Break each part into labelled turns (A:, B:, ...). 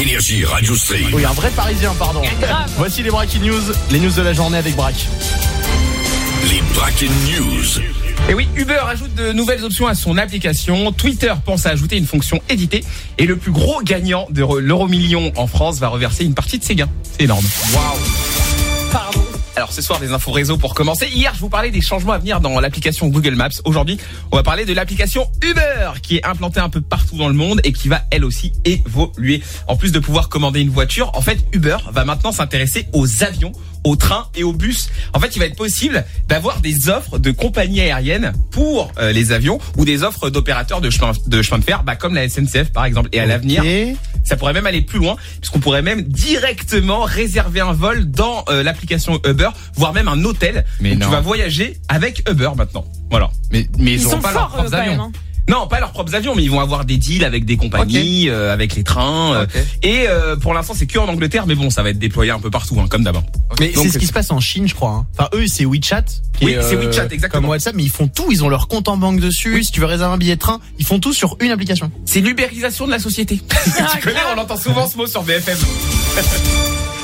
A: Énergie Radio Stream.
B: Oui, un vrai Parisien, pardon.
C: Ah,
B: Voici les Bracky News, les news de la journée avec Braque.
A: Les Bracken News.
D: Et oui, Uber ajoute de nouvelles options à son application. Twitter pense à ajouter une fonction éditée. Et le plus gros gagnant de re- l'euro million en France va reverser une partie de ses gains. C'est énorme. Waouh Pardon. Alors ce soir des infos réseau pour commencer. Hier je vous parlais des changements à venir dans l'application Google Maps. Aujourd'hui on va parler de l'application Uber qui est implantée un peu partout dans le monde et qui va elle aussi évoluer. En plus de pouvoir commander une voiture, en fait Uber va maintenant s'intéresser aux avions aux trains et aux bus. En fait, il va être possible d'avoir des offres de compagnies aériennes pour euh, les avions ou des offres d'opérateurs de chemin de chemin de fer, bah, comme la SNCF par exemple. Et à l'avenir,
B: Et
D: ça pourrait même aller plus loin, puisqu'on pourrait même directement réserver un vol dans euh, l'application Uber, voire même un hôtel.
E: Mais
D: Donc
E: non.
D: tu vas voyager avec Uber maintenant. Voilà.
E: Mais, mais ils,
C: Ils
E: auront
C: sont
E: pas leurs
C: forts euh,
E: propres
C: quand même.
E: avions.
C: hein.
D: Non, pas leurs propres avions, mais ils vont avoir des deals avec des compagnies, euh, avec les trains. euh,
E: Ok.
D: et euh, pour l'instant, c'est que en Angleterre, mais bon, ça va être déployé un peu partout, hein, comme d'abord.
B: Mais
D: Donc,
B: c'est ce qui se passe en Chine, je crois. hein. Enfin, eux, c'est WeChat. qui
D: Oui,
B: est,
D: c'est WeChat, exactement.
B: Comme WhatsApp, mais ils font tout. Ils ont leur compte en banque dessus. Si tu veux réserver un billet de train, ils font tout sur une application.
D: C'est l'ubérisation de la société. tu connais, on entend souvent ce mot sur BFM.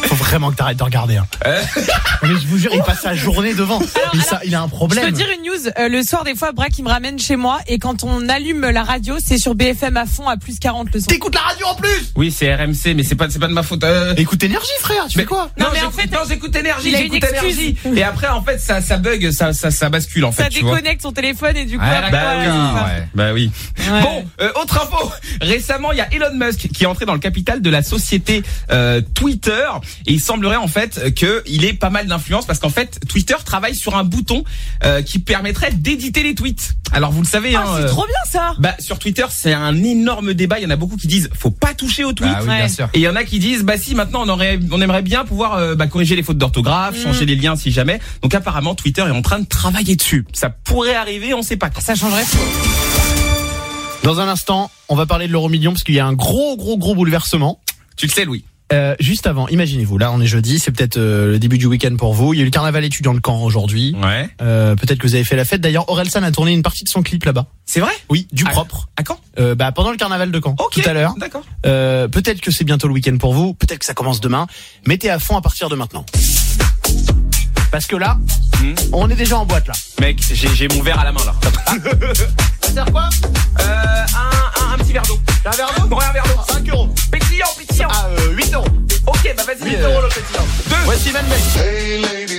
B: Faut vraiment que t'arrêtes de regarder. hein.
D: Euh.
B: mais je vous jure, il passe sa journée devant. il, ça- il a un
C: Je
B: problème.
C: peux dire une news. euh, le soir, des fois, Braque, il me ramène chez moi et quand on allume la radio, c'est sur BFM à fond à plus 40 le son.
B: T'écoutes la radio en plus
D: Oui, c'est RMC, mais c'est pas, c'est pas de ma faute. euh.
B: Écoute énergie, frère. Tu fais quoi
C: Non, mais en
D: j'écoute-
C: fait,
D: non, j'écoute énergie,
C: il a une
D: j'écoute
C: excuse.
D: énergie. Et après, en fait, ça, ça bug, ça, ça, ça bascule, en fait.
C: Ça
D: tu vois.
C: déconnecte son téléphone et du coup,
E: Ah,
C: après,
D: bah
C: voilà,
D: oui,
C: c'est ça.
E: ouais.
D: Bah oui.
C: Ouais.
D: Bon, euh, autre info. Récemment, il y a Elon Musk qui est entré dans le capital de la société euh, Twitter. Et il semblerait en fait qu'il ait pas mal d'influence parce qu'en fait, Twitter travaille sur un bouton euh, qui permettrait d'éditer les tweets. Alors vous le savez,
C: Ah,
D: hein,
C: c'est
D: euh,
C: trop bien ça.
D: bah, sur Twitter, c'est un énorme débat. Il y en a beaucoup qui disent faut pas toucher aux tweets.
E: Bah oui, bien
C: Ouais.
E: sûr.
D: Et il y en a qui disent bah si maintenant on aurait on aimerait bien pouvoir euh, bah, corriger les fautes d'orthographe, changer les liens si jamais. Donc apparemment Twitter est en train de travailler dessus. Ça pourrait arriver, on sait pas quand.
C: Ça changerait tout.
B: Dans un instant, on va parler de l'euro million parce qu'il y a un gros, gros, gros bouleversement.
D: Tu le sais Louis.
B: Euh, juste avant, imaginez-vous, là on est jeudi, c'est peut-être euh, le début du week-end pour vous. Il y a eu le carnaval étudiant de Caen aujourd'hui.
D: Ouais.
B: Euh, peut-être que vous avez fait la fête. D'ailleurs, Orelsan a tourné une partie de son clip là-bas.
D: C'est vrai
B: Oui, du
D: Ah.
B: propre.
D: À quand
B: Euh, bah, pendant le carnaval de Caen,
D: OK.
B: tout à l'heure.
D: D'accord.
B: Euh, peut-être que c'est bientôt le week-end pour vous. Peut-être que ça commence demain. Mettez à fond à partir de maintenant. Parce que là,
D: Hmm.
B: on est déjà en boîte là.
D: Mec, j'ai j'ai mon verre à la main là.
B: Ça sert quoi
D: Euh, un, un, un petit verre d'eau. Un verre d'eau Ouais, un verre d'eau.
B: 5 euros.
D: Pétillant, pétillant.
B: Ah, euh, 8 euros.
D: OK, bah vas-y.
B: 8
D: euh,
B: euros le petit.
D: deux.
B: Voici Van Mec.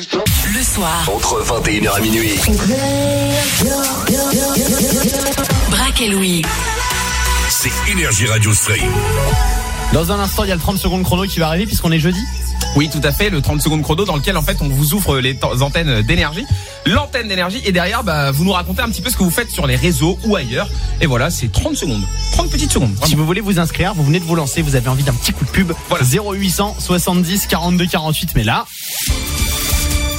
F: Le soir,
A: Entre 21h et minuit.
F: Braque et Louis.
A: C'est Énergie Radio Stream.
B: Dans un instant, il y a le 30 secondes chrono qui va arriver puisqu'on est jeudi.
D: Oui, tout à fait, le 30 secondes chrono dans lequel en fait on vous ouvre les temps- antennes d'énergie, l'antenne d'énergie et derrière bah, vous nous racontez un petit peu ce que vous faites sur les réseaux ou ailleurs. Et voilà, c'est 30 secondes, 30 petites secondes.
B: Si
D: vraiment.
B: vous voulez vous inscrire, vous venez de vous lancer, vous avez envie d'un petit coup de pub.
D: Voilà.
B: 0800 70 42 48. Mais là,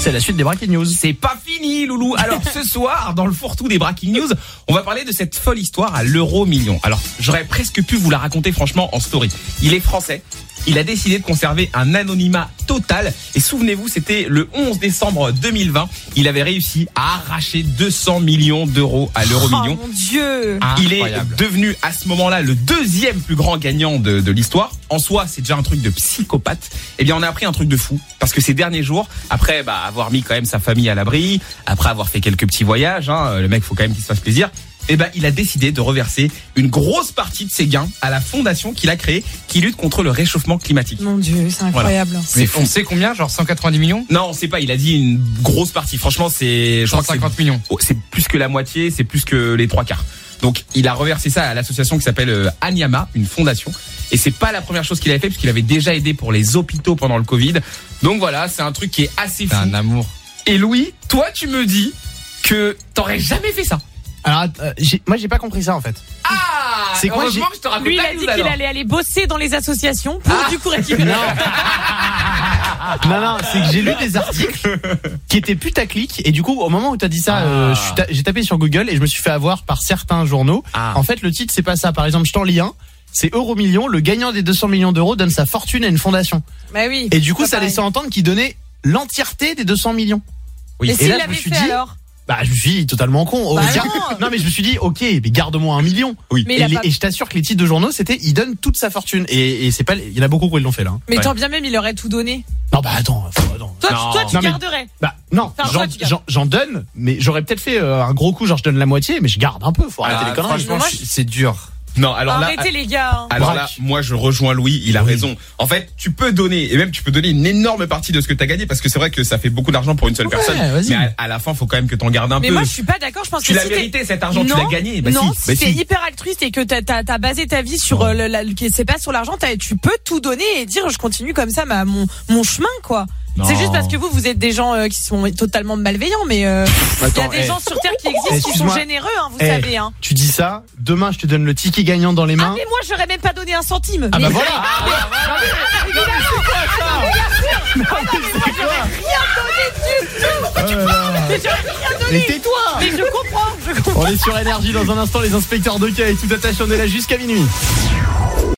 B: c'est la suite des Breaking News.
D: C'est pas fini, loulou. Alors ce soir, dans le fourre-tout des breaking news, on va parler de cette folle histoire à l'euro million. Alors j'aurais presque pu vous la raconter franchement en story. Il est français. Il a décidé de conserver un anonymat total. Et souvenez-vous, c'était le 11 décembre 2020. Il avait réussi à arracher 200 millions d'euros à l'euro
C: Oh
D: million. Ah.
C: mon dieu.
D: Il est
E: Incroyable.
D: devenu à ce moment-là le deuxième plus grand gagnant de, de l'histoire. En soi, c'est déjà un truc de psychopathe. Eh bien, on a appris un truc de fou parce que ces derniers jours, après bah, avoir mis quand même sa famille à l'abri, après avoir fait quelques petits voyages, hein, le mec faut quand même qu'il se fasse plaisir. Eh ben, il a décidé de reverser une grosse partie de ses gains à la fondation qu'il a créée, qui lutte contre le réchauffement climatique.
C: Mon dieu, c'est incroyable.
E: Mais on sait combien Genre 190 millions
D: Non, on sait pas. Il a dit une grosse partie. Franchement, c'est je crois que c'est
E: 150 millions.
D: Oh, c'est plus que la moitié, c'est plus que les trois quarts. Donc il a reversé ça à l'association qui s'appelle euh, Anyama, une fondation. Et c'est pas la première chose qu'il avait fait puisqu'il avait déjà aidé pour les hôpitaux pendant le Covid. Donc voilà, c'est un truc qui est assez fou.
E: T'es un amour.
D: Et Louis, toi tu me dis que t'aurais jamais fait ça.
B: Alors, att- euh, j'ai- moi, j'ai pas compris ça en fait.
D: Ah
B: C'est quoi,
D: heureusement
B: j'ai-
D: que je te raconte
C: Lui, il
D: pas
C: a
D: la
C: dit
D: news,
C: qu'il
D: alors. Ah.
C: allait aller bosser dans les associations pour du coup récupérer.
B: Non, non, c'est que j'ai lu des articles qui étaient putaclic. Et du coup, au moment où t'as dit ça,
D: Ah.
B: euh, je suis ta- j'ai tapé sur Google et je me suis fait avoir par certains journaux.
D: Ah.
B: En fait, le titre, c'est pas ça. Par exemple, je t'en lis un. C'est Euromillion, le gagnant des 200 millions d'euros donne sa fortune à une fondation.
C: Bah oui.
B: Et du coup,
C: Pas
B: ça
C: pareil.
B: laissait entendre qu'il donnait l'entièreté des 200 millions.
D: Oui.
C: Et
B: Et
C: s'il
B: là, je me
C: l'avait
B: suis
C: fait
B: dit-
C: alors
B: Bah, je me suis dit, totalement con. Oh,
C: Bah
B: tiens.
C: non.
B: mais je me suis dit, ok, mais garde-moi un million. Oui.
C: Mais
B: et,
C: il a
B: les-
C: pas-
B: et je t'assure que les titres de journaux, c'était, il donne toute sa fortune. Et, et c'est pas, il y en a beaucoup qui l'ont fait là. hein.
C: Mais
D: Ouais.
C: tant bien même, il aurait tout donné.
B: Non, bah attends, faut- attends.
C: Toi,
D: Non.
C: tu, toi, tu
B: Non, mais-
C: garderais.
B: Bah non,
C: Enfin,
B: j'en-
C: toi, tu gardes.
B: j'en- j'en donne, mais j'aurais peut-être fait euh, un gros coup, genre je donne la moitié, mais je garde un peu. Faut arrêter
D: Ah,
B: les conneries.
E: Franchement,
C: moi,
E: je- c'est dur.
D: Non, alors là, ah.
C: Arrêtez, les gars. hein.
D: Alors là,
B: Braque.
D: moi je rejoins Louis, il a raison. En fait, tu peux donner, et même tu peux donner une énorme partie de ce que t'as gagné, parce que c'est vrai que ça fait beaucoup d'argent pour une seule personne.
B: vas-y.
D: Mais à, à la fin, faut quand même que t'en gardes un
C: Mais
D: peu.
C: moi, je suis pas d'accord. Je pense
D: Euh, tu
C: que
D: l'as
C: si t'es-
D: mérité cet argent, tu
C: Non,
D: l'as gagné. Bah
C: non,
D: si,
C: si
D: bah
C: t'es
D: si.
C: hyper altruiste et que t'as as, basé ta vie sur euh, le, la- le- c'est pas sur l'argent, t'as- tu peux tout donner et dire je continue comme ça ma, mon, mon chemin quoi. C'est juste parce que vous vous êtes des gens euh, qui sont totalement malveillants, mais euh, il y a
B: Attends,
C: des
B: eh.
C: gens sur terre qui existent qui sont
B: Excuse-moi.
C: généreux, hein, vous
B: Eh,
C: savez. Hein.
B: Tu dis ça, demain je te donne le ticket gagnant dans les
C: Ah
B: mains.
C: mais moi j'aurais même pas donné un centime.
B: Ah,
C: mais
B: bah voilà.
C: Ah,
B: Mais tais-toi
C: Mais je comprends, je comprends.
B: On est sur énergie dans un instant, les inspecteurs de cas et tout attaché, on est là jusqu'à minuit.